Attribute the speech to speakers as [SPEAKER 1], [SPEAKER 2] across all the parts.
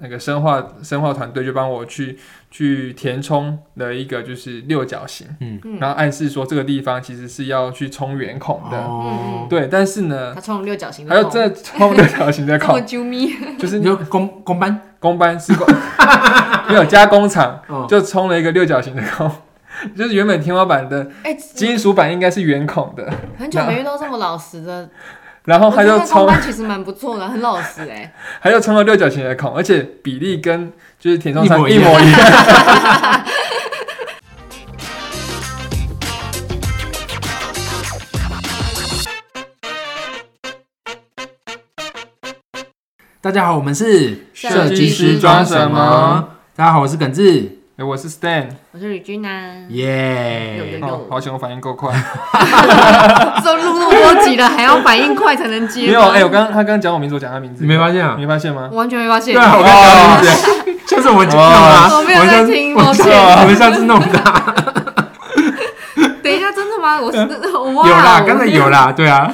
[SPEAKER 1] 那个生化生化团队就帮我去去填充了一个就是六角形，
[SPEAKER 2] 嗯
[SPEAKER 1] 然后暗示说这个地方其实是要去冲圆孔的，
[SPEAKER 2] 哦，
[SPEAKER 1] 对，但是呢，
[SPEAKER 3] 嗯他冲了六角形
[SPEAKER 1] 嗯还
[SPEAKER 3] 的
[SPEAKER 1] 有
[SPEAKER 3] 孔，
[SPEAKER 1] 这冲六角形的
[SPEAKER 3] 这么
[SPEAKER 1] 孔，
[SPEAKER 3] 啾咪，
[SPEAKER 1] 就是
[SPEAKER 2] 你就公公班
[SPEAKER 1] 工班 施工，没有加工厂
[SPEAKER 2] 哦，
[SPEAKER 1] 就冲了一个六角形的孔，就是原本天花板的
[SPEAKER 3] 哎，
[SPEAKER 1] 金属板应该是圆孔的，
[SPEAKER 3] 很久没遇到这么老实的，
[SPEAKER 1] 然后
[SPEAKER 3] 我
[SPEAKER 1] 他
[SPEAKER 3] 觉
[SPEAKER 1] 就
[SPEAKER 3] 得
[SPEAKER 1] 冲
[SPEAKER 3] 上班其实蛮不错的，很老实哎，
[SPEAKER 1] 还有冲到六角形的孔，而且比例跟就是填充
[SPEAKER 2] 一
[SPEAKER 1] 上
[SPEAKER 2] 模
[SPEAKER 1] 一
[SPEAKER 2] 一样
[SPEAKER 1] 模一样。
[SPEAKER 2] 大家好，我们是
[SPEAKER 3] 设计师
[SPEAKER 1] 装什么？
[SPEAKER 2] 大家好，我是耿志，
[SPEAKER 1] 哎我是 Stan，
[SPEAKER 3] 我是吕君啊南，有有
[SPEAKER 2] 耶、
[SPEAKER 1] 哦
[SPEAKER 3] 有，，
[SPEAKER 1] 好险我反应够快。
[SPEAKER 3] 都录那么多集了，还要反应快才能接
[SPEAKER 1] 没
[SPEAKER 3] 吗？
[SPEAKER 1] 有，哎，我刚刚他刚刚讲我名字，我讲他名字，
[SPEAKER 2] 你没发现啊
[SPEAKER 1] 你？没发现吗？
[SPEAKER 3] 我完全没发现
[SPEAKER 2] 对，啊，我刚
[SPEAKER 3] 哦
[SPEAKER 2] 刚讲你，就是我讲啊，
[SPEAKER 3] 我没有在
[SPEAKER 2] 下次
[SPEAKER 3] 听
[SPEAKER 2] 我
[SPEAKER 3] 抱歉
[SPEAKER 2] 下我们下次弄的，
[SPEAKER 3] 等一下，真的吗？我是哇，
[SPEAKER 2] 有啦，
[SPEAKER 3] 我
[SPEAKER 2] 刚才有啦，对啊，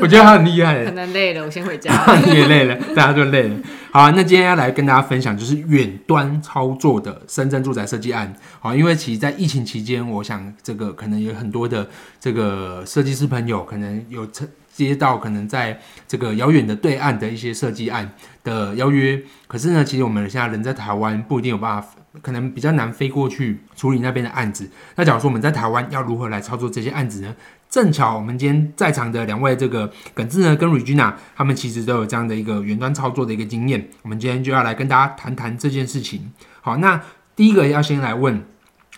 [SPEAKER 2] 我觉得他很厉害
[SPEAKER 3] 可能累了，我先回家。
[SPEAKER 2] 你也累了，大家就累了。好啊、那今天要来跟大家分享就是远端操作的深圳住宅设计案。好，因为其实，在疫情期间，我想这个可能有很多的这个设计师朋友，可能有曾接到可能在这个遥远的对岸的一些设计案的邀约。可是呢，其实我们现在人在台湾，不一定有办法，可能比较难飞过去处理那边的案子。那假如说我们在台湾要如何来操作这些案子呢？正巧我们今天在场的两位这个耿志呢跟 Regina，他们其实都有这样的一个远端操作的一个经验。我们今天就要来跟大家谈谈这件事情。好，那第一个要先来问，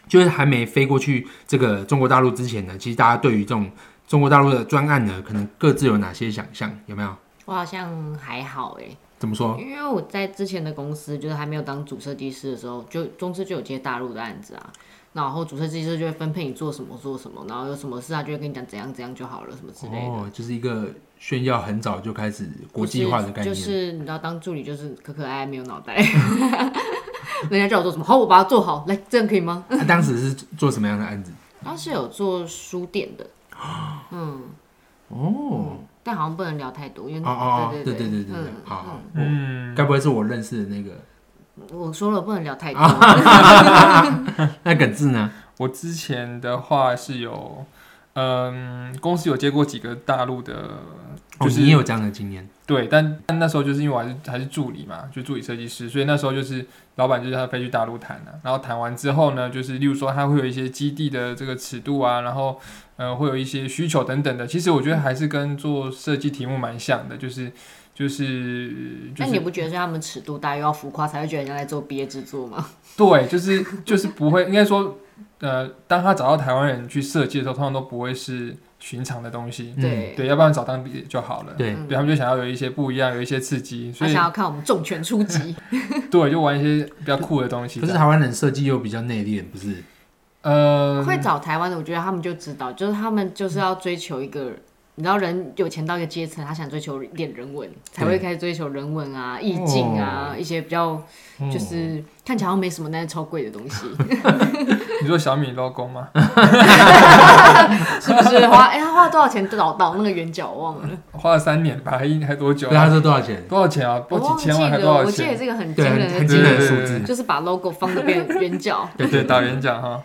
[SPEAKER 2] 就是还没飞过去这个中国大陆之前呢，其实大家对于这种中国大陆的专案呢，可能各自有哪些想象？有没有？
[SPEAKER 3] 我好像还好哎、
[SPEAKER 2] 怎么说？
[SPEAKER 3] 因为我在之前的公司，就是还没有当主设计师的时候，就公司就有接大陆的案子啊。然后主设计师就会分配你做什么做什么，然后有什么事他就会跟你讲怎样怎样就好了，什么之类的。
[SPEAKER 2] 哦，就是一个炫耀很早就开始国际化的概念。
[SPEAKER 3] 就是你知道，当助理就是可可爱爱，没有脑袋。 人家叫我做什么，好，我把它做好，来，这样可以吗？
[SPEAKER 2] 他啊当时是做什么样的案子？
[SPEAKER 3] 当时有做书店的，嗯，
[SPEAKER 2] 哦，
[SPEAKER 3] 但好像不能聊太多，因为
[SPEAKER 2] 哦哦，哦
[SPEAKER 3] 对
[SPEAKER 2] 对对对对对
[SPEAKER 3] 嗯，
[SPEAKER 2] 好好，我
[SPEAKER 1] 嗯，
[SPEAKER 2] 该不会是我认识的那个？
[SPEAKER 3] 嗯我说了不能聊 太多，
[SPEAKER 2] 那耿志呢？
[SPEAKER 1] 我之前的话是有，嗯，公司有接过几个大陆的，
[SPEAKER 2] 哦，
[SPEAKER 1] 就是
[SPEAKER 2] 你也有这样的经验。
[SPEAKER 1] 对，但但那时候就是因为我还是还是助理嘛，就助理设计师，所以那时候就是老板就是他飞去大陆谈了、然后谈完之后呢，就是例如说他会有一些基地的这个尺度啊，然后呃会有一些需求等等的，其实我觉得还是跟做设计题目蛮像的，就是就是就
[SPEAKER 3] 那你
[SPEAKER 1] 是
[SPEAKER 3] 不觉得是他们尺度大又要浮夸，才会觉得人家在做毕业制作吗？
[SPEAKER 1] 对，就是就是不会，应该说呃，当他找到台湾人去设计的时候，通常都不会是寻常的东西，
[SPEAKER 2] 嗯
[SPEAKER 3] 对，
[SPEAKER 1] 对，要不然找当地就好了，
[SPEAKER 2] 对，
[SPEAKER 1] 对他们就想要有一些不一样，有一些刺激，所
[SPEAKER 3] 他
[SPEAKER 1] 以
[SPEAKER 3] 想要看我们重拳 出击，
[SPEAKER 1] 对，就玩一些比较酷的东西。
[SPEAKER 2] 可是
[SPEAKER 1] 这样
[SPEAKER 2] 台湾人设计又比较内敛，不是？
[SPEAKER 1] 呃，
[SPEAKER 3] 会找台湾的，我觉得他们就知道，就是他们就是要追求一个。你知道人有钱到一个阶层，他想追求一点人文，才会开始追求人文啊、意境啊，
[SPEAKER 1] 哦
[SPEAKER 3] 一些比较
[SPEAKER 1] 嗯
[SPEAKER 3] 就是看起来好像没什么，但是超贵的东西，
[SPEAKER 1] 你说小米 logo 吗？
[SPEAKER 3] 是不是花？哎、他花了多少钱找到那个圆角？我忘了，
[SPEAKER 1] 花了三年吧，还一还多久
[SPEAKER 2] 对，他
[SPEAKER 1] 啊？
[SPEAKER 2] 说多少钱？
[SPEAKER 1] 多少钱啊？
[SPEAKER 3] 我
[SPEAKER 1] 多
[SPEAKER 3] 忘
[SPEAKER 1] 几
[SPEAKER 3] 记
[SPEAKER 1] 千万还多
[SPEAKER 3] 了。
[SPEAKER 1] 少
[SPEAKER 3] 我记得
[SPEAKER 1] 钱？
[SPEAKER 3] 这个很惊
[SPEAKER 2] 对，
[SPEAKER 3] 人
[SPEAKER 2] 很
[SPEAKER 3] 的
[SPEAKER 2] 很
[SPEAKER 1] 记
[SPEAKER 2] 惊
[SPEAKER 3] 金
[SPEAKER 1] 得
[SPEAKER 2] 人
[SPEAKER 3] 额
[SPEAKER 1] 对
[SPEAKER 2] 的数
[SPEAKER 1] 对
[SPEAKER 2] 字。
[SPEAKER 3] 就是把 logo 放那边圆角，
[SPEAKER 1] 对对，导演奖哈。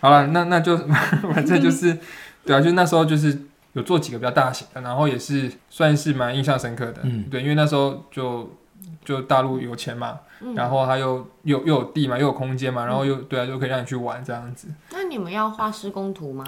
[SPEAKER 1] 好了，那那就 反正就是，对啊，就那时候就是有做几个比较大型的，然后也是算是蛮印象深刻的。
[SPEAKER 2] 嗯
[SPEAKER 1] 对，因为那时候就就大陆有钱嘛，然后他又又又有地嘛，又有空间嘛，然后又对啊，就可以让你去玩这样子。
[SPEAKER 3] 那你们要画施工图吗？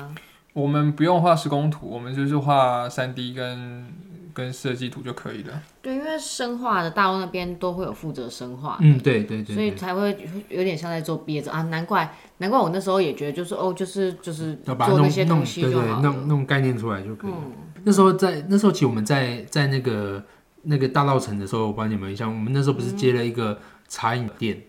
[SPEAKER 1] 我们不用画施工图，我们就是画三 D 跟跟设计图就可以了。
[SPEAKER 3] 对，因为生化的大陆那边都会有负责生化，
[SPEAKER 2] 嗯，对对对
[SPEAKER 3] 所以
[SPEAKER 2] 对，
[SPEAKER 3] 才会有点像在做毕业制啊。难怪，难怪我那时候也觉得就是哦，就是就是
[SPEAKER 2] 要把
[SPEAKER 3] 做
[SPEAKER 2] 弄
[SPEAKER 3] 那些
[SPEAKER 2] 弄
[SPEAKER 3] 东西
[SPEAKER 2] 对
[SPEAKER 3] 就
[SPEAKER 2] 对
[SPEAKER 3] 好
[SPEAKER 2] 弄
[SPEAKER 3] 了。
[SPEAKER 2] 弄概念出来就可以了。
[SPEAKER 3] 嗯，
[SPEAKER 2] 那时候在那时候，其实我们在在那个那个大稻城的时候，我不知道你们有没有印象，我们那时候
[SPEAKER 3] 嗯
[SPEAKER 2] 不是接了一个茶饮店，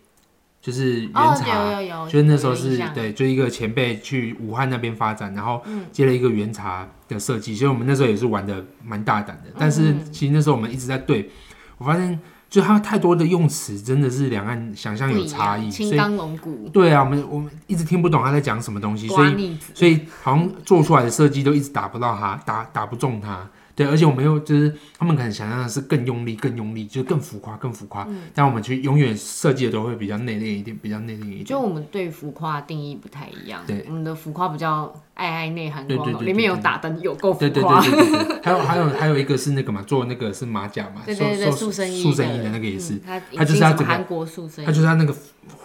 [SPEAKER 2] 就是原
[SPEAKER 3] 哦，
[SPEAKER 2] 茶，
[SPEAKER 3] 有有有，
[SPEAKER 2] 就是那时候
[SPEAKER 3] 有印
[SPEAKER 2] 是
[SPEAKER 3] 象嗯
[SPEAKER 2] 对，就一个前辈去武汉那边发展，然后接了一个原茶的设计，所以我们那时候也是玩的蛮大胆的。但是
[SPEAKER 3] 嗯
[SPEAKER 2] 其实那时候我们一直在对，我发现就它太多的用词真的是两岸想象有
[SPEAKER 3] 不一样
[SPEAKER 2] 差异，所
[SPEAKER 3] 青
[SPEAKER 2] 以
[SPEAKER 3] 钢龙骨、
[SPEAKER 2] 对啊，我们我们一直听不懂他在讲什么东西，所
[SPEAKER 3] 瓜
[SPEAKER 2] 以
[SPEAKER 3] 腻子，
[SPEAKER 2] 所以好像做出来的设计都一直打不到他，打打不中他。对，而且我们又就是他们可能想象的是更用力、更用力，就是更浮夸、更浮夸。
[SPEAKER 3] 嗯
[SPEAKER 2] 但我们去永远设计的都会比较内敛一点，比较内敛一点。
[SPEAKER 3] 就我们对浮夸的定义不太一样，
[SPEAKER 2] 对
[SPEAKER 3] 我们的浮夸比较爱爱内涵
[SPEAKER 2] 对
[SPEAKER 3] 光
[SPEAKER 2] 对
[SPEAKER 3] 头，
[SPEAKER 2] 对
[SPEAKER 3] 里
[SPEAKER 2] 对
[SPEAKER 3] 面有
[SPEAKER 2] 对
[SPEAKER 3] 打灯，有够浮
[SPEAKER 2] 对对
[SPEAKER 3] 夸。
[SPEAKER 2] 对对对对，还有还有还有一个是那个嘛，做那个是马甲嘛，
[SPEAKER 3] 对对对，
[SPEAKER 2] 塑塑
[SPEAKER 3] 塑身衣
[SPEAKER 2] 塑身衣的那个也是
[SPEAKER 3] 嗯，他
[SPEAKER 2] 他
[SPEAKER 3] 引
[SPEAKER 2] 就是
[SPEAKER 3] 进
[SPEAKER 2] 他
[SPEAKER 3] 什么
[SPEAKER 2] 整个
[SPEAKER 3] 韩国塑身
[SPEAKER 2] 它
[SPEAKER 3] 衣
[SPEAKER 2] 就。是它那个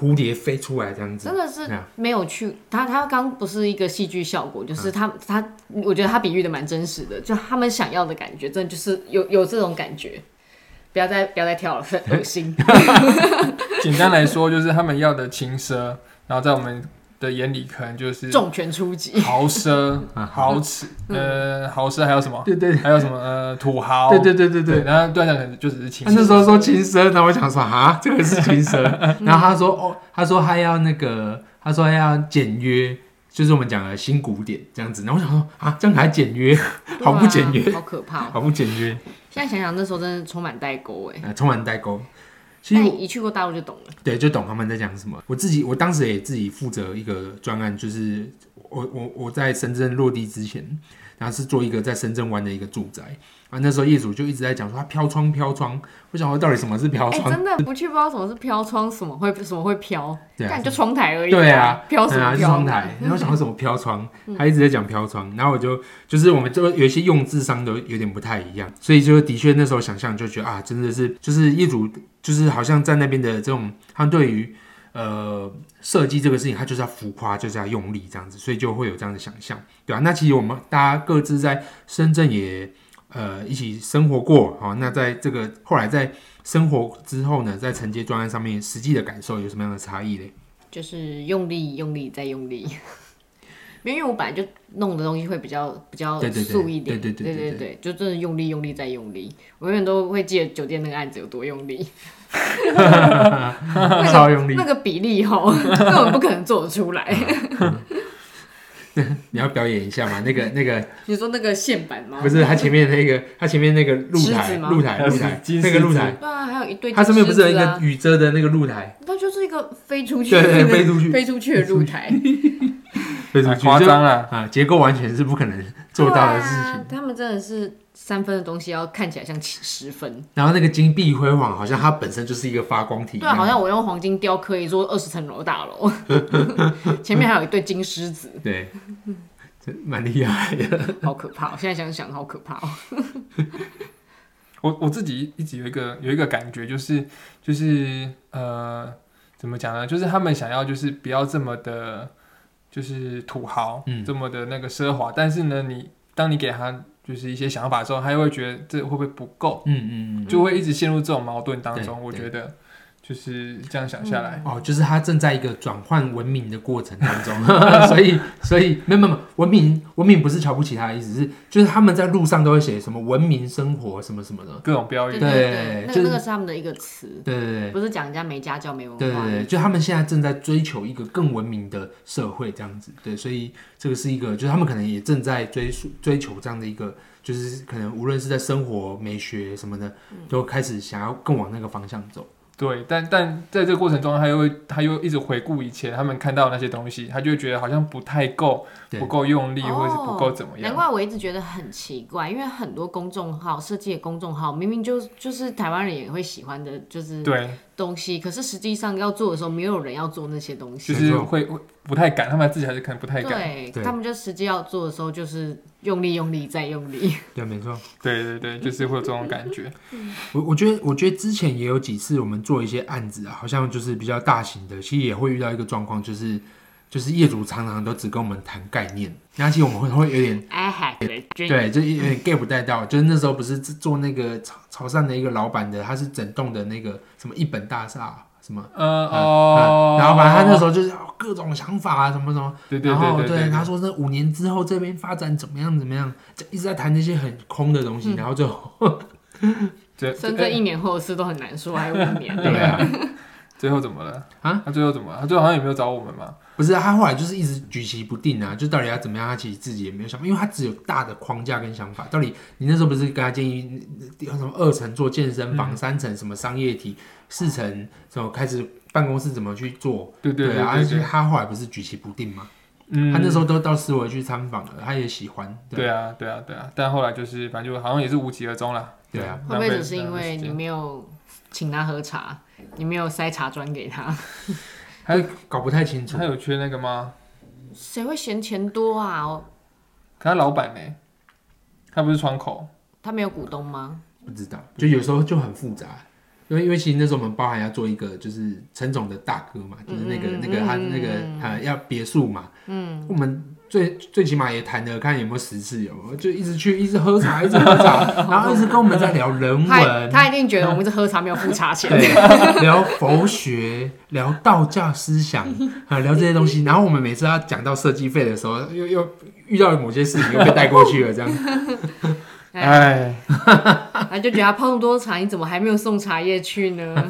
[SPEAKER 2] 蝴蝶飞出来这样子
[SPEAKER 3] 真，的是
[SPEAKER 2] 对啊
[SPEAKER 3] 没有去，他他刚不是一个戏剧效果，
[SPEAKER 2] 嗯
[SPEAKER 3] 就是他、他，我觉得他比喻的蛮真实的，就他们想要的感觉，真的就是有有这种感觉。不要再不要再跳了，很 恶心。
[SPEAKER 1] 简单来说，就是他们要的情奢，然后在我们的眼里，可能就是
[SPEAKER 3] 重拳出击，
[SPEAKER 1] 豪奢、啊
[SPEAKER 2] 嗯
[SPEAKER 1] 豪侈，呃，豪奢还有什么？
[SPEAKER 2] 对对
[SPEAKER 1] 还有什么？呃，土豪。
[SPEAKER 2] 对对对对对
[SPEAKER 1] 对，。然后对他可能就只是情
[SPEAKER 2] 他
[SPEAKER 1] 奢。
[SPEAKER 2] 那时候说琴声，然后我想说啊，这个是琴 声。然后他说哦，他说他要那个，他说他要简约，就是我们讲的新古典这样子。然后我想说啊，这样还简约，好不简
[SPEAKER 3] 对
[SPEAKER 2] 约，
[SPEAKER 3] 啊好可怕哦、
[SPEAKER 2] 好不简约，
[SPEAKER 3] 现在想想，那时候真的充满代沟哎。
[SPEAKER 2] 呃，充满代沟。其实
[SPEAKER 3] 但
[SPEAKER 2] 我
[SPEAKER 3] 一去过大陆就懂了，
[SPEAKER 2] 对，就懂他们在讲什么。我自己，我当时也自己负责一个专案，就是我我我在深圳落地之前，然后是做一个在深圳湾的一个住宅啊。那时候业主就一直在讲说他飘窗飘窗，我想说到底什么是飘
[SPEAKER 3] 哎、
[SPEAKER 2] 窗？
[SPEAKER 3] 真的不去不知道什么是飘窗，什么会什么会飘，
[SPEAKER 2] 对啊
[SPEAKER 3] 但就窗台而已、
[SPEAKER 2] 对啊，
[SPEAKER 3] 飘什
[SPEAKER 2] 对
[SPEAKER 3] 么
[SPEAKER 2] 啊，是
[SPEAKER 3] 飘、嗯
[SPEAKER 2] 窗台，然后想到什么飘窗，他一直在讲飘窗，然后我就就是我们就有一些用字上都有点不太一样，所以就的确那时候想象就觉得啊，真的是就是业主就是好像在那边的这种，他们对于呃设计这个事情，他就是要浮夸，就是要用力这样子，所以就会有这样的想象，对啊，那其实我们大家各自在深圳也呃一起生活过，好、那在这个后来在生活之后呢，在承接专案上面实际的感受有什么样的差异嘞？
[SPEAKER 3] 就是用力用力再 用力。没有因为我本来就弄的东西会比较比较
[SPEAKER 2] 对对对
[SPEAKER 3] 素一点，
[SPEAKER 2] 对对对
[SPEAKER 3] 对
[SPEAKER 2] 对
[SPEAKER 3] 就真的用力用力再用力。我永远都会记得酒店那个案子有多 用力，那
[SPEAKER 2] 超用力啊
[SPEAKER 3] 那。个比例吼，根本不可能做得 出来。
[SPEAKER 2] 你要表演一下嘛？那
[SPEAKER 3] 嗯
[SPEAKER 2] 个那个
[SPEAKER 3] 你说那个线板吗？
[SPEAKER 2] 不是他前面那个，他前面那个露台
[SPEAKER 3] 狮子吗
[SPEAKER 2] 露台露台那个露台，
[SPEAKER 3] 对啊，还有一堆
[SPEAKER 2] 它上面不是有一
[SPEAKER 3] 狮子
[SPEAKER 2] 个
[SPEAKER 3] 啊，
[SPEAKER 2] 雨遮的那个露台，
[SPEAKER 3] 它就是一个飞出去
[SPEAKER 2] 对
[SPEAKER 3] 的，
[SPEAKER 2] 对飞出去
[SPEAKER 3] 飞出去的露台，
[SPEAKER 2] 对
[SPEAKER 1] 太夸张了。
[SPEAKER 2] 啊，结构完全是不可能 做到的事
[SPEAKER 3] 对
[SPEAKER 2] 情
[SPEAKER 3] 啊。他们真的是三分的东西要看起来像七十分，
[SPEAKER 2] 然后那个金碧辉煌，好像它本身就是一个发光体一
[SPEAKER 3] 对啊，好
[SPEAKER 2] 样。
[SPEAKER 3] 像我用黄金雕刻一座二十层楼的大楼， 前面还有一对金狮子，
[SPEAKER 2] 对，这蛮厉害的。
[SPEAKER 3] 好可怕、哦！现在想想好可怕哦。
[SPEAKER 1] 我我自己一直有一个有一个感觉，就是就是呃，怎么讲呢？就是他们想要就是不要这么的，就是土豪，
[SPEAKER 2] 嗯
[SPEAKER 1] 这么的那个奢华。但是呢，你当你给他就是一些想法之后，他又会觉得这会不会不够，
[SPEAKER 2] 嗯嗯嗯。
[SPEAKER 1] 就会一直陷入这种矛盾当中。
[SPEAKER 2] 对
[SPEAKER 1] 我
[SPEAKER 2] 对
[SPEAKER 1] 觉得就是这样想下来，
[SPEAKER 2] 哦，就是它正在一个转换文明的过程当中， 所以所以没有没有没有文明文明不是瞧不起他的意思，是就是他们在路上都会写什么文明生活什么什么的，
[SPEAKER 1] 各种标语
[SPEAKER 2] 嗯
[SPEAKER 3] 对
[SPEAKER 2] 对
[SPEAKER 3] 对，那
[SPEAKER 2] 就是
[SPEAKER 3] 个那个是他们的一个词，
[SPEAKER 2] 对对对。
[SPEAKER 3] 不是讲人家没家教没文
[SPEAKER 2] 对对
[SPEAKER 3] 化。
[SPEAKER 2] 对，就他们现在正在追求一个更文明的社会，这样子。对，所以这个是一个，就是他们可能也正在追溯追求这样的一个，就是可能无论是在生活、美学什么的，都开始想要更往那个方向走。
[SPEAKER 1] 对，但但在这个过程中，他又会他又一直回顾以前他们看到的那些东西，他就会觉得好像不太够，
[SPEAKER 2] 对
[SPEAKER 1] 不够用力，或者是不够
[SPEAKER 3] 哦
[SPEAKER 1] 怎么样
[SPEAKER 3] 难。怪我一直觉得很奇怪，因为很多公众号设计的公众号，明明就就是台湾人也会喜欢的，就是
[SPEAKER 1] 对，
[SPEAKER 3] 东西，可是实际上要做的时候，没有人要做那些东西
[SPEAKER 1] 就。
[SPEAKER 2] 没
[SPEAKER 1] 是
[SPEAKER 2] 错
[SPEAKER 1] 会会不太敢，他们自己还是可能不太敢。
[SPEAKER 3] 对
[SPEAKER 2] 对
[SPEAKER 3] 他们就实际要做的时候，就是用力、用力再用力。
[SPEAKER 2] 对，没错。
[SPEAKER 1] 对对对，就是会有这种感觉。
[SPEAKER 2] 我我觉得，我觉得之前也有几次我们做一些案子啊，好像就是比较大型的，其实也会遇到一个状况，就是就是业主常常都只跟我们谈概念，然后其实我们会会有点
[SPEAKER 3] I had a dream。
[SPEAKER 2] 对，就有点 get 不带到。就是那时候不是做那个潮潮汕的一个老板的，他是整栋的那个什么一本大厦什么。
[SPEAKER 1] 呃哦
[SPEAKER 2] 嗯，然后反正他那时
[SPEAKER 1] 候
[SPEAKER 2] 候就是哦各种想法啊，什么什么，
[SPEAKER 1] 对对
[SPEAKER 2] 然后
[SPEAKER 1] 对对，
[SPEAKER 2] 他说那五年之后这边发展怎么样怎么样，就一直在谈那些很空的东
[SPEAKER 1] 嗯
[SPEAKER 2] 西，然 后最后
[SPEAKER 1] 最
[SPEAKER 3] 深
[SPEAKER 1] 哎
[SPEAKER 3] 圳一年后的事都很难说，还有五年。
[SPEAKER 2] 对啊，
[SPEAKER 1] 最后怎么了
[SPEAKER 2] 啊？
[SPEAKER 1] 他最后怎么了？他最后好像也没有找我们嘛。
[SPEAKER 2] 不是他后来就是一直举棋不定啊，就到底要怎么样，他其实自己也没有想法，因为他只有大的框架跟想法。到底你那时候不是跟他建议要什么二层做健身
[SPEAKER 1] 嗯
[SPEAKER 2] 房，三层什么商业体，四层什么开始办公室怎么去做？
[SPEAKER 1] 对对
[SPEAKER 2] 啊，
[SPEAKER 1] 对
[SPEAKER 2] 而且
[SPEAKER 1] 对，
[SPEAKER 2] 他后来不是举棋不定吗？
[SPEAKER 1] 嗯，
[SPEAKER 2] 他那时候都到思维去参访了，他也喜欢。
[SPEAKER 1] 对啊，对啊，对啊，但后来就是反正就好像也是无疾而终啦。
[SPEAKER 2] 对啊，
[SPEAKER 3] 会不会只是因
[SPEAKER 1] 浪费
[SPEAKER 3] 为
[SPEAKER 1] 时
[SPEAKER 3] 你
[SPEAKER 1] 间
[SPEAKER 3] 没有请他喝茶，你没有塞茶砖给他？
[SPEAKER 2] 他搞不太清楚
[SPEAKER 1] 他。有缺那个吗？
[SPEAKER 3] 谁会嫌钱多啊？哦
[SPEAKER 1] 可他老板呢？他不是窗口，
[SPEAKER 3] 他没有股东吗？
[SPEAKER 2] 不知道，就有时候就很复杂。因为因为其实那时候我们包含要做一个就是陈总的大哥嘛，就是那个、那个他那个呃要别墅嘛，嗯，我们最最起码也谈了看有没有十次有，就一直去一直喝茶，一直喝茶， 然后一直跟我们在聊人
[SPEAKER 3] 他
[SPEAKER 2] 文，
[SPEAKER 3] 他一定觉得我们是喝茶没有付茶钱。
[SPEAKER 2] 对，聊佛学，聊道教思想，啊，聊这些东西。然后我们每次要讲到设计费的时候，又又遇到了某些事情又被带过去了，这样。
[SPEAKER 1] 哎，
[SPEAKER 3] 他就觉得他泡那么多茶，你怎么还没有送茶叶 去呢？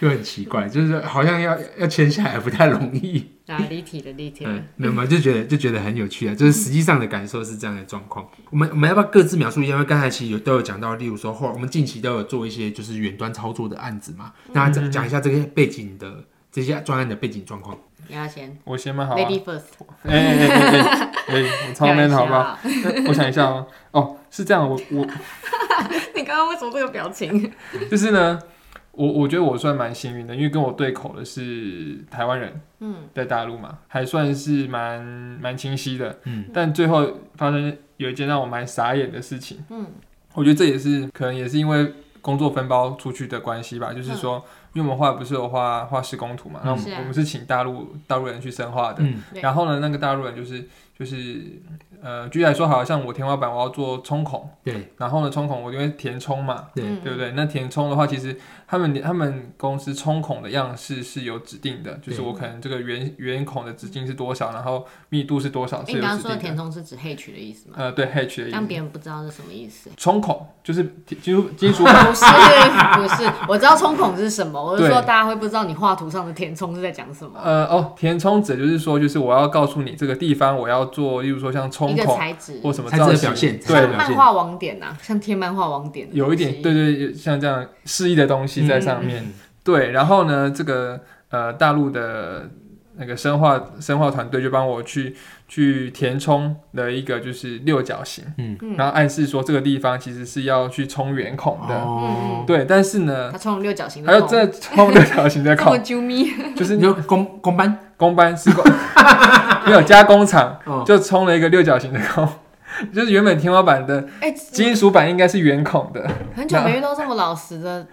[SPEAKER 2] 就很奇怪，就是好像要要签下来不太容易。
[SPEAKER 3] 啊，离题了，离题了
[SPEAKER 2] 嗯。，没 有没有，就觉得就觉得很有趣啊，就是实际上的感受是这样的状况。我们我们要不要各自描述一下？因为刚才其实有都有讲到，例如说后来我们近期都有做一些就是远端操作的案子嘛，那讲讲一下这个背景的这些专案的背景状况。
[SPEAKER 3] 你要先
[SPEAKER 1] 我先吗？好啊。
[SPEAKER 3] ，Lady First，
[SPEAKER 1] 哎哎哎哎哎，我超 man 的好不好？
[SPEAKER 3] 开玩笑？
[SPEAKER 1] 哎我想一下哦，哦，是这样，我我
[SPEAKER 3] 你刚刚为什么这个表情？
[SPEAKER 1] 就是呢，我我觉得我算蛮幸运的，因为跟我对口的是台湾人，嗯，在大陆嘛，还算是蛮蛮清晰的，嗯，但最后发生有一件让我蛮傻眼的事情，嗯，我觉得这也是可能也是因为工作分包出去的关系吧，就是说，因为我们画不是有画画施工图嘛，
[SPEAKER 2] 嗯
[SPEAKER 1] 那我们、
[SPEAKER 3] 是啊
[SPEAKER 1] 我们是请大陆大陆人去生画的，
[SPEAKER 2] 嗯，
[SPEAKER 3] 对
[SPEAKER 1] 然后呢，那个大陆人就是就是呃，举例来说，好像我天花板我要做冲孔，
[SPEAKER 2] 对
[SPEAKER 1] 然后呢，冲孔我因为填充嘛，
[SPEAKER 2] 对，
[SPEAKER 3] 嗯
[SPEAKER 1] 对不对？那填充的话，其实他们他们公司冲孔的样式是有指定的，就是
[SPEAKER 2] 对
[SPEAKER 1] 我可能这个圆圆孔的直径是多少，然后密度是多少是
[SPEAKER 3] 嗯你
[SPEAKER 1] 有
[SPEAKER 3] 刚刚
[SPEAKER 1] 指
[SPEAKER 3] 说的
[SPEAKER 1] 定
[SPEAKER 3] 填
[SPEAKER 1] 的。
[SPEAKER 3] 充是指 H 的意思吗？
[SPEAKER 1] 呃，对 H 的意
[SPEAKER 3] 让
[SPEAKER 1] 思，
[SPEAKER 3] 别人不知道是什么意思。
[SPEAKER 1] 冲孔就是金金属金属
[SPEAKER 3] 不是不是，我知道冲孔是什么，我是
[SPEAKER 1] 对
[SPEAKER 3] 说大家会不知道你画图上的填充是在讲什么，
[SPEAKER 1] 呃哦，填充者就是说，就是我要告诉你这个地方我要做，例如说像冲
[SPEAKER 3] 一个
[SPEAKER 1] 孔
[SPEAKER 3] 材质，
[SPEAKER 1] 或什么
[SPEAKER 2] 材质的
[SPEAKER 1] 造型，
[SPEAKER 2] 表现材质的
[SPEAKER 1] 对
[SPEAKER 3] 像
[SPEAKER 2] 表
[SPEAKER 3] 漫画网点呐、像贴漫画网点，
[SPEAKER 1] 有一点，对对，有像这样示意的东西在上面。
[SPEAKER 2] 嗯
[SPEAKER 1] 对，然后呢，这个呃大陆的那个生化生化团队就帮我去去填充了一个就是六角形，
[SPEAKER 2] 嗯
[SPEAKER 3] 嗯
[SPEAKER 1] 然后暗示说这个地方其实是要去冲圆孔的，
[SPEAKER 2] 哦，
[SPEAKER 1] 对，但是呢，
[SPEAKER 3] 他冲了六角形
[SPEAKER 1] 还
[SPEAKER 3] 的
[SPEAKER 1] 要
[SPEAKER 3] 孔，
[SPEAKER 1] 再冲六角形的
[SPEAKER 3] 这么
[SPEAKER 1] 孔，
[SPEAKER 3] 啾咪，
[SPEAKER 1] 就是
[SPEAKER 2] 你就公公班
[SPEAKER 1] 工班施工 没有加工厂
[SPEAKER 2] 哦，
[SPEAKER 1] 就冲了一个六角形的孔，就是原本天花板的
[SPEAKER 3] 哎、
[SPEAKER 1] 金属板应该是圆孔的，
[SPEAKER 3] 很久没遇到这么老实的，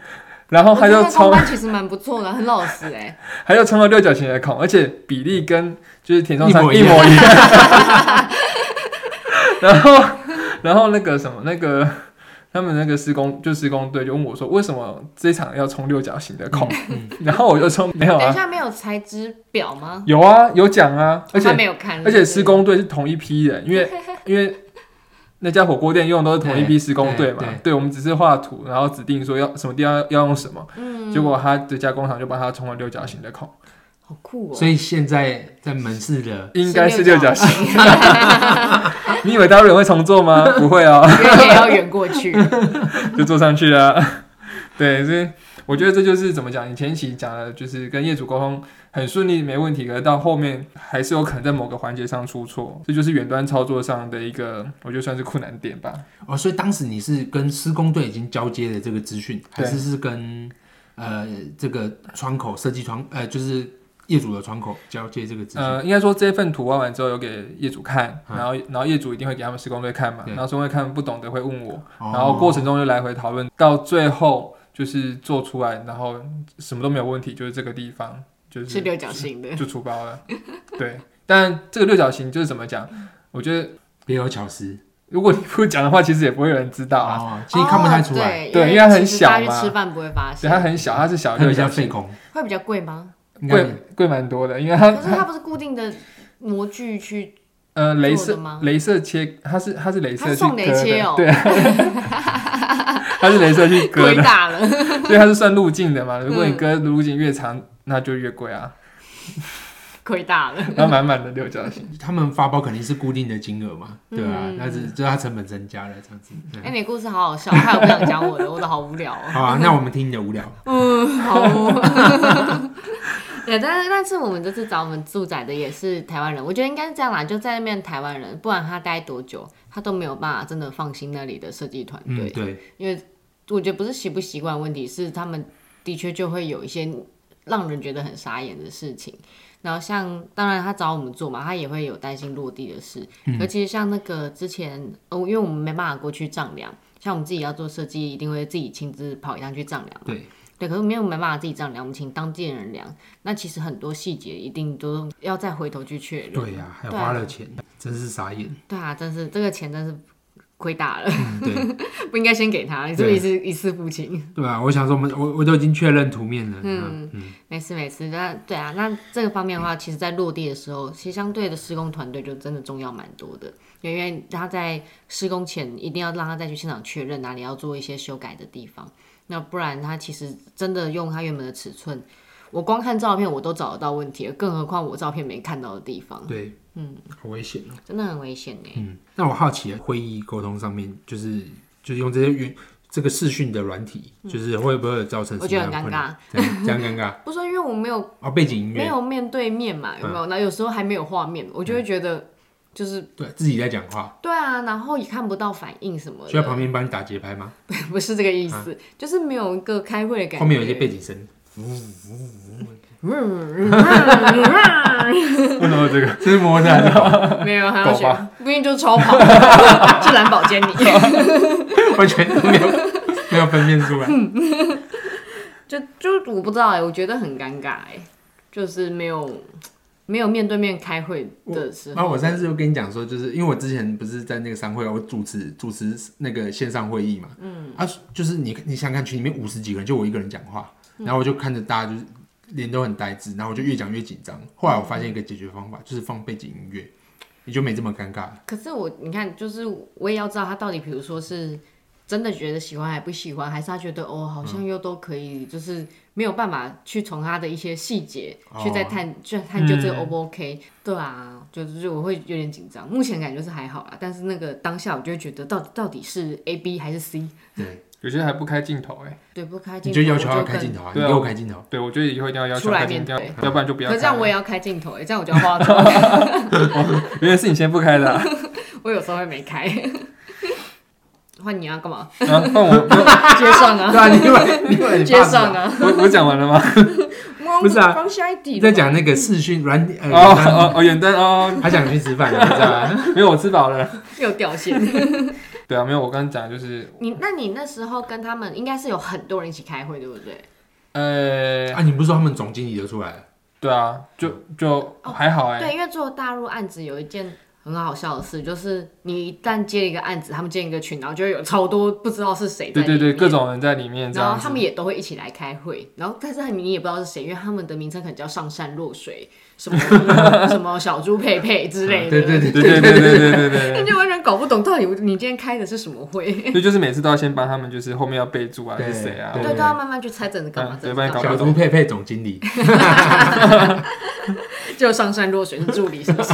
[SPEAKER 1] 然后
[SPEAKER 3] 我
[SPEAKER 1] 他
[SPEAKER 3] 觉
[SPEAKER 1] 就
[SPEAKER 3] 得在
[SPEAKER 1] 冲
[SPEAKER 3] 上。班其实蛮不错的，很老实哎、
[SPEAKER 1] 还有冲了六角形的孔，而且比例跟就是填充上
[SPEAKER 2] 一模
[SPEAKER 1] 一
[SPEAKER 2] 一样
[SPEAKER 1] 模一样。然后，然后那个什么，那个他们那个施工就施工队就问我说，为什么这场要冲六角形的
[SPEAKER 2] 嗯
[SPEAKER 1] 孔？然后我就冲没有
[SPEAKER 3] 等一
[SPEAKER 1] 啊，
[SPEAKER 3] 下没有材质表吗？
[SPEAKER 1] 有啊，有奖啊，而
[SPEAKER 3] 他
[SPEAKER 1] 且
[SPEAKER 3] 没有看，
[SPEAKER 1] 而且施
[SPEAKER 3] 是
[SPEAKER 1] 工队是同一批人，因为因为。那家火锅店用的都是同一批施工队嘛
[SPEAKER 2] 对对，
[SPEAKER 1] 对，我们只是画图，然后指定说要什么地方要用什么，
[SPEAKER 3] 嗯
[SPEAKER 1] 结果他的加工厂就帮他冲了六角形的孔，
[SPEAKER 3] 好酷 哦、
[SPEAKER 2] 所以现在在门市的
[SPEAKER 1] 应该是六角 形。
[SPEAKER 3] 形，
[SPEAKER 1] 你以为大陆人会重做 吗？不会哦，
[SPEAKER 3] 远也要圆过 去，
[SPEAKER 1] 就做上去了。 对，所以我觉得这就是怎么讲，你前期讲的就是跟业主沟通很顺利，没问题，可是到后面还是有可能在某个环节上出错，这就是远端操作上的一个，我觉得算是困难点吧。
[SPEAKER 2] 哦，所以当时你是跟施工队已经交接了这个资讯，还
[SPEAKER 1] 对
[SPEAKER 2] 是是跟呃这个窗口设计窗呃就是业主的窗口交接这个资讯？
[SPEAKER 1] 呃，应该说这份图画完之后有给业主看，然后然后业主一定会给他们施工队看嘛，
[SPEAKER 2] 啊对
[SPEAKER 1] 然后施工队看不懂的会问我，
[SPEAKER 2] 哦
[SPEAKER 1] 然后过程中就来回讨论，到最后就是做出来，然后什么都没有问题，就是这个地方就是
[SPEAKER 3] 是六角形的。
[SPEAKER 1] 就出包了。对，但这个六角形就是怎么讲？我觉得
[SPEAKER 2] 别有巧思
[SPEAKER 1] 如果你不讲的话，其实也不会有人知道啊。
[SPEAKER 2] 哦，其实看不太出来，
[SPEAKER 3] 哦
[SPEAKER 1] 对
[SPEAKER 3] 对，
[SPEAKER 1] 因为它很
[SPEAKER 3] 其实大
[SPEAKER 1] 小
[SPEAKER 3] 家去
[SPEAKER 1] 嘛
[SPEAKER 3] 吃饭不会发
[SPEAKER 1] 对，
[SPEAKER 3] 现，
[SPEAKER 1] 它很小，它是小
[SPEAKER 2] 它
[SPEAKER 1] 六
[SPEAKER 2] 比较
[SPEAKER 1] 角
[SPEAKER 2] 费
[SPEAKER 1] 形，
[SPEAKER 2] 工，
[SPEAKER 3] 会比较贵吗？
[SPEAKER 2] 应该
[SPEAKER 1] 贵贵蛮多的，因为它
[SPEAKER 3] 可是它不是固定的模具去，
[SPEAKER 1] 呃，
[SPEAKER 3] 做的
[SPEAKER 1] 镭射
[SPEAKER 3] 吗
[SPEAKER 1] 镭射切，它是它是镭
[SPEAKER 3] 它
[SPEAKER 1] 射
[SPEAKER 3] 是
[SPEAKER 1] 去
[SPEAKER 3] 送
[SPEAKER 1] 割
[SPEAKER 3] 雷切
[SPEAKER 1] 的，
[SPEAKER 3] 哦
[SPEAKER 1] 对，啊它是镭射去割
[SPEAKER 3] 贵嗯
[SPEAKER 1] 的，
[SPEAKER 3] 大 了。
[SPEAKER 1] 所以它是算路径的嘛。如果你割的路径越长，那就越贵啊。
[SPEAKER 3] 亏大了。
[SPEAKER 1] 然后满满的六角形，
[SPEAKER 2] 他们发包肯定是固定的金额嘛，对啊
[SPEAKER 3] 嗯，
[SPEAKER 2] 那是就是它成本增加了这样子。对
[SPEAKER 3] 哎、你的故事好好笑，害我不想 讲我的，我的好无聊哦。
[SPEAKER 2] 好啊，那我们听你的无聊，
[SPEAKER 3] 嗯，好哦。 对，但是但是我们这次找我们住宅的也是台湾人，我觉得应该是这样啦，就在那边台湾人，不然他待多久，他都没有办法真的放心那里的设计团队。
[SPEAKER 2] 嗯，对，
[SPEAKER 3] 因为我觉得不是习不习惯问题，是他们的确就会有一些让人觉得很傻眼的事情。然后像当然他找我们做嘛，他也会有担心落地的事。而其实像那个之前，哦，因为我们没办法过去丈量，像我们自己要做设计，一定会自己亲自跑一趟去丈量。
[SPEAKER 2] 对，
[SPEAKER 3] 对，可是没有没办法自己丈量，我们请当地人量。那其实很多细节一定都要再回头去确认。
[SPEAKER 2] 对呀、啊还花了钱，真是傻眼。
[SPEAKER 3] 对啊，真是这个钱真是亏大了，
[SPEAKER 2] 嗯，对。
[SPEAKER 3] 不应该先给他，你是不是一次一次付清？
[SPEAKER 2] 对吧、我想说我，们我我都已经确认图面了。嗯，
[SPEAKER 3] 嗯，没事没事，那对啊，那这个方面的话，其实在落地的时候，其实相对的施工团队就真的重要蛮多的，因为他在施工前一定要让他再去现场确认哪里要做一些修改的地方，那不然他其实真的用他原本的尺寸，我光看照片我都找得到问题了，更何况我照片没看到的地方，
[SPEAKER 2] 对，嗯，好危险哦。
[SPEAKER 3] 真的很危险呢。
[SPEAKER 2] 嗯，那我好奇会议沟通上面，就是就是用这些语这个视讯的软体，就是会不会造成
[SPEAKER 3] 嗯
[SPEAKER 2] 什
[SPEAKER 3] 我觉
[SPEAKER 2] 么样
[SPEAKER 3] 得
[SPEAKER 2] 的
[SPEAKER 3] 很
[SPEAKER 2] 困
[SPEAKER 3] 尴
[SPEAKER 2] 扰？
[SPEAKER 3] 尬，
[SPEAKER 2] 这样 这样尴尬
[SPEAKER 3] 不是说因为我没有
[SPEAKER 2] 哦，背景音
[SPEAKER 3] 没
[SPEAKER 2] 乐，
[SPEAKER 3] 有面对面嘛，有没
[SPEAKER 2] 嗯
[SPEAKER 3] 有？那有时候还没有画面，我就会觉得就是。
[SPEAKER 2] 对自己在讲话，
[SPEAKER 3] 对啊，然后也看不到反应什么
[SPEAKER 2] 就在
[SPEAKER 3] 的，
[SPEAKER 2] 旁边帮你打节拍吗？
[SPEAKER 3] 不是这个意思，就是没有一个开会的感
[SPEAKER 2] 啊
[SPEAKER 3] 觉。嗯
[SPEAKER 2] 后面有一些背景声，
[SPEAKER 1] 为什么这个？
[SPEAKER 2] 这是摩擦的，
[SPEAKER 3] 嗯没有，还要
[SPEAKER 1] 狗
[SPEAKER 3] 选，不一定就超跑，是蓝宝坚尼，
[SPEAKER 2] 完全都没有没有分辨出来。
[SPEAKER 3] 就就我不知道哎、我觉得很尴尬哎、就是没有没有面对面开会的时
[SPEAKER 2] 然后
[SPEAKER 3] 候，
[SPEAKER 2] 我上次就跟你讲说，就是因为我之前不是在那个商会，啊我主持主持那个线上会议嘛，嗯，啊，就是你你想想看群里面五十几个人，就我一个人讲话，
[SPEAKER 3] 嗯
[SPEAKER 2] 然后我就看着大家就是脸都很呆滞，然后我就越讲越紧张。后来我发现一个解决方法，就是放背景音乐，你就没这么尴尬。
[SPEAKER 3] 可是我你看，就是我也要知道他到底，比如说是。真的觉得喜欢还不喜欢，还是他觉得哦，好像又都可以，就是没有办法去从他的一些细节、
[SPEAKER 2] 哦
[SPEAKER 3] 去再探去探究这
[SPEAKER 2] 嗯
[SPEAKER 3] 个 O 不 OK？、对啊，就是就我会有点紧张，目前感觉是还好啦，但是那个当下我就会觉得到底到底是 A B 还是 C？
[SPEAKER 2] 对，
[SPEAKER 1] 有些还不开镜头哎、
[SPEAKER 3] 对，不开镜
[SPEAKER 2] 你
[SPEAKER 3] 头，
[SPEAKER 2] 就要求
[SPEAKER 3] 我
[SPEAKER 2] 他
[SPEAKER 3] 就
[SPEAKER 2] 开
[SPEAKER 3] 更
[SPEAKER 2] 镜头啊，你
[SPEAKER 1] 对啊
[SPEAKER 2] 给我开镜 头。
[SPEAKER 1] 对，我觉得以后一定要要求
[SPEAKER 3] 出来
[SPEAKER 1] 开镜头，
[SPEAKER 3] 面
[SPEAKER 1] 要不然就不要
[SPEAKER 3] 可
[SPEAKER 1] 开。
[SPEAKER 3] 是这样我也要开镜头、欸，这样我就要化 妆。
[SPEAKER 1] 原来是你先不开的、啊，
[SPEAKER 3] 我有时候会没开。 换你啊，干嘛？
[SPEAKER 1] 然后我没有
[SPEAKER 3] 接上啊，
[SPEAKER 2] 对啊，你以为你以为你
[SPEAKER 3] 接
[SPEAKER 2] 怕什
[SPEAKER 3] 上
[SPEAKER 2] 么？
[SPEAKER 3] 啊。
[SPEAKER 1] 我我讲完了吗？
[SPEAKER 2] 不是啊
[SPEAKER 3] 光下一
[SPEAKER 2] 你
[SPEAKER 3] 底
[SPEAKER 2] 在讲那个视讯软体
[SPEAKER 1] 哦
[SPEAKER 2] 呃，
[SPEAKER 1] 哦哦，远灯哦，
[SPEAKER 2] 他想去吃饭啊了，你知道吗？
[SPEAKER 1] 没有我吃饱了。
[SPEAKER 3] 又掉线。
[SPEAKER 1] 对啊，没有我刚刚讲的就是
[SPEAKER 3] 你那你那时候跟他们应该是有很多人一起开会，对不对？
[SPEAKER 1] 呃，
[SPEAKER 2] 啊，你不是说他们总经理都出来了？
[SPEAKER 1] 对啊，就就
[SPEAKER 3] 哦
[SPEAKER 1] 还好哎、
[SPEAKER 3] 对，因为做大陆案子有一件很好笑的事，就是你一旦接一个案子，他们建一个群，然后就会有超多不知道是谁
[SPEAKER 1] 对
[SPEAKER 3] 在里面。
[SPEAKER 1] 对对，各种人在里面这
[SPEAKER 3] 然
[SPEAKER 1] 样
[SPEAKER 3] 后
[SPEAKER 1] 子
[SPEAKER 3] 他。们也都会一起来开会，然后但是你也不知道是谁，因为他们的名称可能叫上善若水，什么 什么小猪佩佩之类的。
[SPEAKER 2] 对对对
[SPEAKER 1] 对对对对对对 对
[SPEAKER 3] 那就完全搞不懂到底你今天开的是什么会。
[SPEAKER 1] 对，所以就是每次都要先帮他们，就是后面要备注啊，是谁啊
[SPEAKER 2] 对？
[SPEAKER 3] 对，都要慢慢去猜真的干嘛
[SPEAKER 1] 嗯，
[SPEAKER 3] 真
[SPEAKER 1] 对
[SPEAKER 3] 的
[SPEAKER 1] 不然
[SPEAKER 3] 干嘛
[SPEAKER 2] 小猪佩佩总经理，
[SPEAKER 3] 就上善若水是助理，是不是？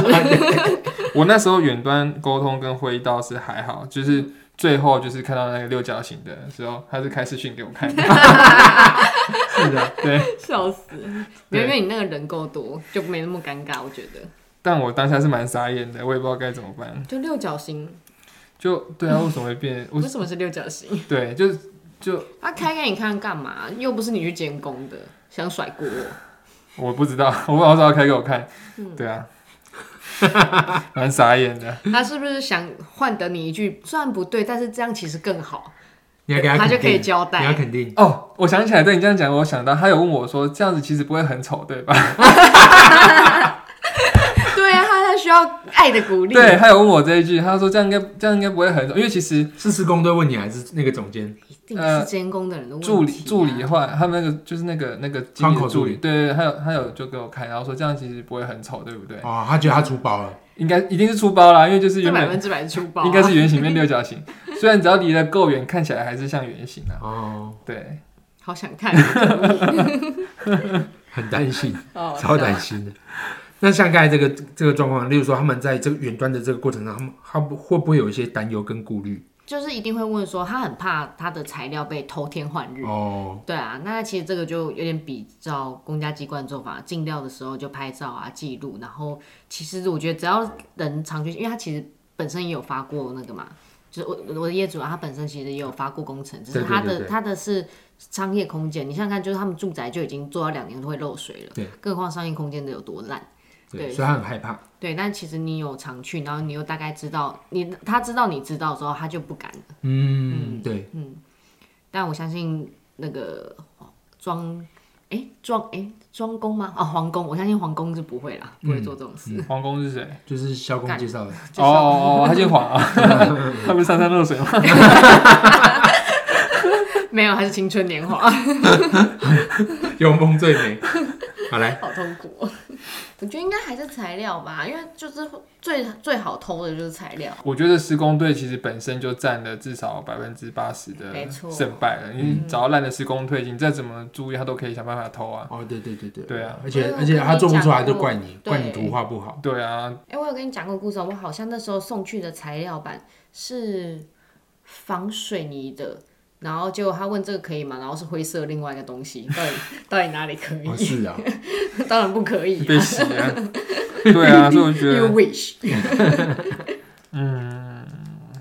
[SPEAKER 1] 我那时候远端沟通跟会议倒是还好，就是最后就是看到那个六角形的时候，他是开视讯给我看 的。
[SPEAKER 2] 是的，
[SPEAKER 1] 对，
[SPEAKER 3] 笑死！没
[SPEAKER 1] 对
[SPEAKER 3] 有，因为你那个人够多，就没那么尴尬。我觉得，
[SPEAKER 1] 但我当下是蛮傻眼的，我也不知道该怎么办。
[SPEAKER 3] 就六角形，
[SPEAKER 1] 就对啊，为什么会变？我
[SPEAKER 3] 为什么是六角 形？
[SPEAKER 1] 对，就是就
[SPEAKER 3] 他开给你看干嘛？又不是你去监工的，想甩 锅我？
[SPEAKER 1] 我不知道， 我老早要开给我看，
[SPEAKER 3] 嗯
[SPEAKER 1] 对啊， 蛮傻眼的。
[SPEAKER 3] 他是不是想换得你一句虽然不对，但是这样其实更好？
[SPEAKER 2] 你要给他
[SPEAKER 3] 他就
[SPEAKER 2] 肯
[SPEAKER 3] 可以
[SPEAKER 2] 定
[SPEAKER 3] 交
[SPEAKER 2] 你要
[SPEAKER 3] 代。
[SPEAKER 2] 肯定，
[SPEAKER 1] 哦，我想起来，对你这样讲，我想到他有问我说，这样子其实不会很丑，对吧？
[SPEAKER 3] 对啊，他他需要爱的鼓励。
[SPEAKER 1] 对，，他有问我这一句，他说这样应该这样应该不会很丑，因为其实
[SPEAKER 2] 是施工队问你还是那个总监？
[SPEAKER 3] 一定是监工的人的问题啊。
[SPEAKER 1] 助理助理的话，他们那个就是那个那个经理
[SPEAKER 2] 窗口
[SPEAKER 1] 的
[SPEAKER 2] 助
[SPEAKER 1] 助
[SPEAKER 2] 理
[SPEAKER 1] 理，对对，对他有他有就给我看，然后说这样其实不会很丑，对不对？
[SPEAKER 2] 哦，他觉得他出包了，
[SPEAKER 1] 应该一定是出包啦，因为就是
[SPEAKER 3] 这
[SPEAKER 1] 原
[SPEAKER 3] 百
[SPEAKER 1] 本
[SPEAKER 3] 分之百是出包啊，
[SPEAKER 1] 应该是圆形变六角形，虽然只要离得够远，看起来还是像圆形啊。
[SPEAKER 2] 哦，
[SPEAKER 1] 对，
[SPEAKER 3] 好想看
[SPEAKER 2] 很担心，
[SPEAKER 3] 哦，
[SPEAKER 2] 超担心的。那像刚才这个这个状况，例如说他们在这个远端的这个过程中，他们他不会不会有一些担忧跟顾虑？
[SPEAKER 3] 就是一定会问说，他很怕他的材料被偷天换日。
[SPEAKER 2] 哦，
[SPEAKER 3] 对啊，那其实这个就有点比照公家机关做法，进料的时候就拍照啊记录，然后其实我觉得只要人常去，因为他其实本身也有发过那个嘛，就是我我的业主啊，他本身其实也有发过工程，只是他的
[SPEAKER 2] 对对对对
[SPEAKER 3] 他的是商业空间，你想想看，就是他们住宅就已经做到两年都会漏水了，
[SPEAKER 2] 对，
[SPEAKER 3] 更何况商业空间的有多烂。
[SPEAKER 2] 对，
[SPEAKER 3] 对
[SPEAKER 2] 所以他很害怕。
[SPEAKER 3] 对，但其实你有常去，然后你又大概知道，你他知道你知道之后，他就不敢了。
[SPEAKER 2] 嗯，对，
[SPEAKER 3] 但我相信那个庄，哎、庄，哎、庄公吗？啊，皇宫，我相信皇宫是不会啦，不会做这种事。
[SPEAKER 1] 嗯皇宫是谁？
[SPEAKER 2] 就是萧公介绍的，
[SPEAKER 3] 就是
[SPEAKER 1] 哦哦，哦他姓 黄啊，他不是三山热水吗？
[SPEAKER 3] 没有，还是青春年华，
[SPEAKER 2] 有梦最美。好
[SPEAKER 1] 哎
[SPEAKER 2] 来，
[SPEAKER 3] 好痛苦、哦。 我觉得应该还是材料吧，因为就是最最好偷的就是材料。
[SPEAKER 1] 我觉得施工队其实本身就占了至少百分之八十的
[SPEAKER 3] 没错嗯
[SPEAKER 1] 胜败了，因为只要烂的施工队，你再怎么注意，他都可以想办法偷啊。
[SPEAKER 2] 哦，对对对对，
[SPEAKER 1] 对啊
[SPEAKER 2] 而且
[SPEAKER 3] 我有
[SPEAKER 2] 而且
[SPEAKER 3] 跟
[SPEAKER 2] 他
[SPEAKER 3] 嗯你
[SPEAKER 2] 做不
[SPEAKER 3] 讲
[SPEAKER 2] 出来就
[SPEAKER 3] 过
[SPEAKER 2] 怪你，怪你
[SPEAKER 3] 对
[SPEAKER 2] 图画不好。
[SPEAKER 1] 对啊，
[SPEAKER 3] 哎、我有跟你讲过故事哦，我好像那时候送去的材料板是防水泥的。然后结果他问这个可以吗？然后是灰色另外一个东西，到底 到底哪里可
[SPEAKER 2] 哦，
[SPEAKER 3] 以？
[SPEAKER 2] 是啊，
[SPEAKER 3] 当然不可以、
[SPEAKER 1] 被洗啊。对啊，所以我就觉
[SPEAKER 3] You
[SPEAKER 1] 得，
[SPEAKER 3] wish。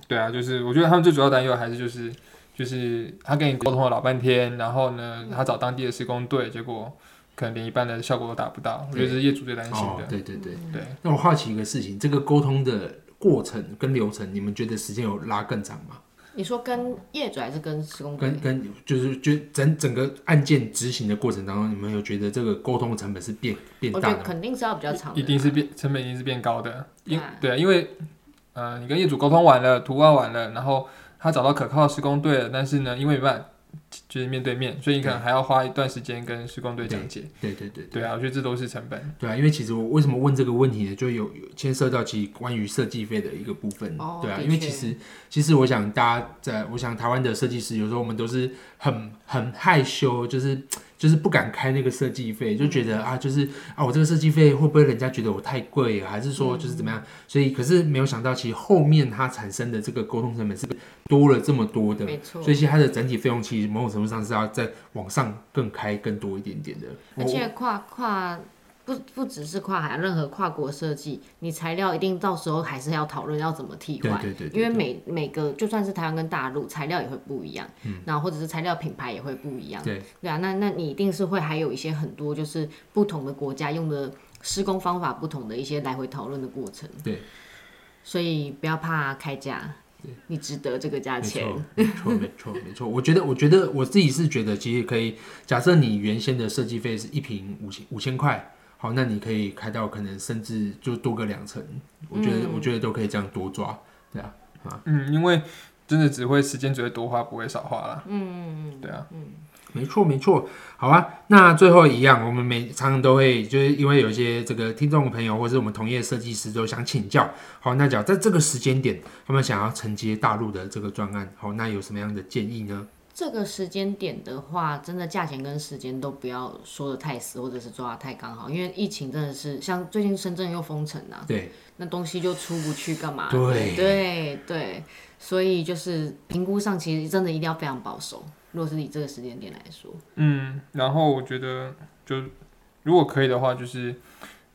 [SPEAKER 1] 对啊，就是我觉得他们最主要担忧还是就是就是他跟你沟通了老半天，然后呢，他找当地的施工队，结果可能连一半的效果都达不到，我觉得这是业主最担心
[SPEAKER 2] 哦
[SPEAKER 1] 的，。
[SPEAKER 2] 对对
[SPEAKER 3] 嗯
[SPEAKER 2] 对。
[SPEAKER 1] 对，
[SPEAKER 2] 那我好奇一个事情，这个沟通的过程跟流程，你们觉得时间有拉更长吗？
[SPEAKER 3] 你说跟业主还是跟施工队
[SPEAKER 2] 跟？跟就是就整整个案件执行的过程当中，你们有觉得这个沟通的成本是变变
[SPEAKER 3] 我
[SPEAKER 2] 大
[SPEAKER 3] 觉
[SPEAKER 2] 的
[SPEAKER 3] 得
[SPEAKER 2] 吗？
[SPEAKER 3] 肯定是要比较长的，
[SPEAKER 1] 一定是变成本一定是变高的，因
[SPEAKER 3] 对啊
[SPEAKER 1] 对啊，因为呃，你跟业主沟通完了，图画完了，然后他找到可靠的施工队了，但是呢，因为没办法就是面对面，所以你可能还要花一段时间跟施工队讲解。
[SPEAKER 2] 对对对
[SPEAKER 1] 对啊，我觉得这都是成本。
[SPEAKER 2] 对啊，因为其实我为什么问这个问题呢？就有有牵涉到其实关于设计费的一个部分。
[SPEAKER 3] 哦
[SPEAKER 2] 对啊，
[SPEAKER 3] 的
[SPEAKER 2] 因为
[SPEAKER 3] 确
[SPEAKER 2] 其实其实我想大家在，我想台湾的设计师有时候我们都是很很害羞，就是就是不敢开那个设计费，就觉得、
[SPEAKER 3] 嗯
[SPEAKER 2] 啊，就是啊，我这个设计费会不会人家觉得我太贵啊了，还是说就是怎么样？
[SPEAKER 3] 嗯
[SPEAKER 2] 所以可是没有想到，其实后面它产生的这个沟通成本是多了这么多的。
[SPEAKER 3] 没错
[SPEAKER 2] 所。以其实它的整体费用其实某种程度上是要再往上更开更多一点点的。我
[SPEAKER 3] 而且跨跨不不只是跨海，啊任何跨国设计，你材料一定到时候还是要讨论要怎么替
[SPEAKER 2] 对
[SPEAKER 3] 换。
[SPEAKER 2] 对对对
[SPEAKER 3] 因为每每个就算是台湾跟大陆材料也会不一样，然后或者是材料品牌也会不一样，
[SPEAKER 2] 嗯对
[SPEAKER 3] 啊，那那你一定是会还有一些很多就是不同的国家用的施工方法不同的一些来回讨论的过程，
[SPEAKER 2] 对，
[SPEAKER 3] 所以不要怕开价，你值得这个价钱，
[SPEAKER 2] 没错，没错，没错。我觉得，我觉得我自己是觉得，其实可以假设你原先的设计费是一瓶五千五千块，好，那你可以开到可能甚至就多个两成。我觉
[SPEAKER 3] 嗯
[SPEAKER 2] 得，我觉得都可以这样多抓，对啊。
[SPEAKER 1] 嗯，因为真的只会时间只会多花，不会少花啦。嗯，对啊，
[SPEAKER 2] 没错，没错，好啊。那最后一样，我们每常常都会，就是因为有一些这个听众朋友或是我们同业设计师都想请教，好，那讲在这个时间点，他们想要承接大陆的这个专案，好，那有什么样的建议呢？
[SPEAKER 3] 这个时间点的话，真的价钱跟时间都不要说的太死，或者是抓的太刚好，因为疫情真的是像最近深圳又封城啊，
[SPEAKER 2] 对，
[SPEAKER 3] 那东西就出不去，干嘛？
[SPEAKER 2] 对
[SPEAKER 3] 对对所以就是评估上其实真的一定要非常保守。如果是以这个时间点来说，
[SPEAKER 1] 嗯，然后我觉得就如果可以的话，就是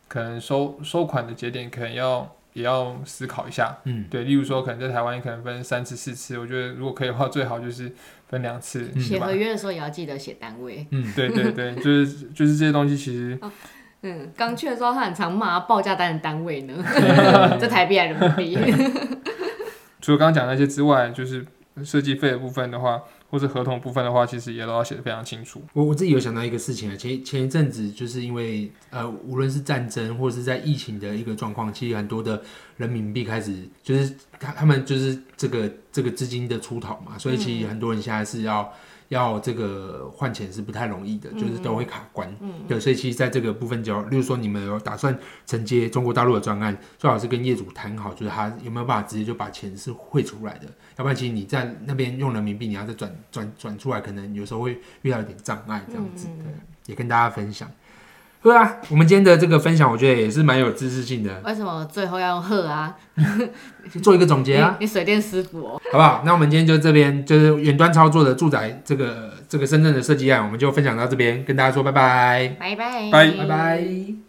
[SPEAKER 1] 可能收收款的节点可能要也要思考一下。
[SPEAKER 2] 嗯，
[SPEAKER 1] 对，例如说可能在台湾可能分三次四次，我觉得如果可以的话，最好就是分两次，
[SPEAKER 2] 嗯
[SPEAKER 3] 写
[SPEAKER 1] 对吧
[SPEAKER 3] 合？约的时候也要记得写单位。
[SPEAKER 1] 对对对，就是就是这些东西其实
[SPEAKER 3] 嗯，刚去的时候他很常骂报价单的单 位呢， 这台币还人民币。
[SPEAKER 1] 除了刚刚讲的那些之外，就是设计费的部分的话，或是合同部分的话，其实也都要写得非常清楚。
[SPEAKER 2] 我我自己有想到一个事情啊，前前一阵子就是因为呃，无论是战争或者是在疫情的一个状况，其实很多的人民币开始就是他他们就是这个这个资金的出逃嘛，所以其实很多人现在是要要这个换钱是不太容易的，就是都会卡关。对，所以其实在这个部分就要，例如说你们有打算承接中国大陆的专案，最好是跟业主谈好，就是他有没有办法直接就把钱是汇出来的，要不然其实你在那边用人民币，你要再转转转出来，可能有时候会遇到一点障碍这样子。对，也跟大家分享。对啊，我们今天的这个分享，我觉得也是蛮有知识性的，
[SPEAKER 3] 为什么最后要用鹤啊？
[SPEAKER 2] 做一个总结啊，
[SPEAKER 3] 你你水电师傅哦，
[SPEAKER 2] 好不好？那我们今天就这边就是远端操作的住宅这个这个深圳的设计案，我们就分享到这边，跟大家说拜拜，
[SPEAKER 3] 拜拜，
[SPEAKER 1] 拜
[SPEAKER 2] 拜拜。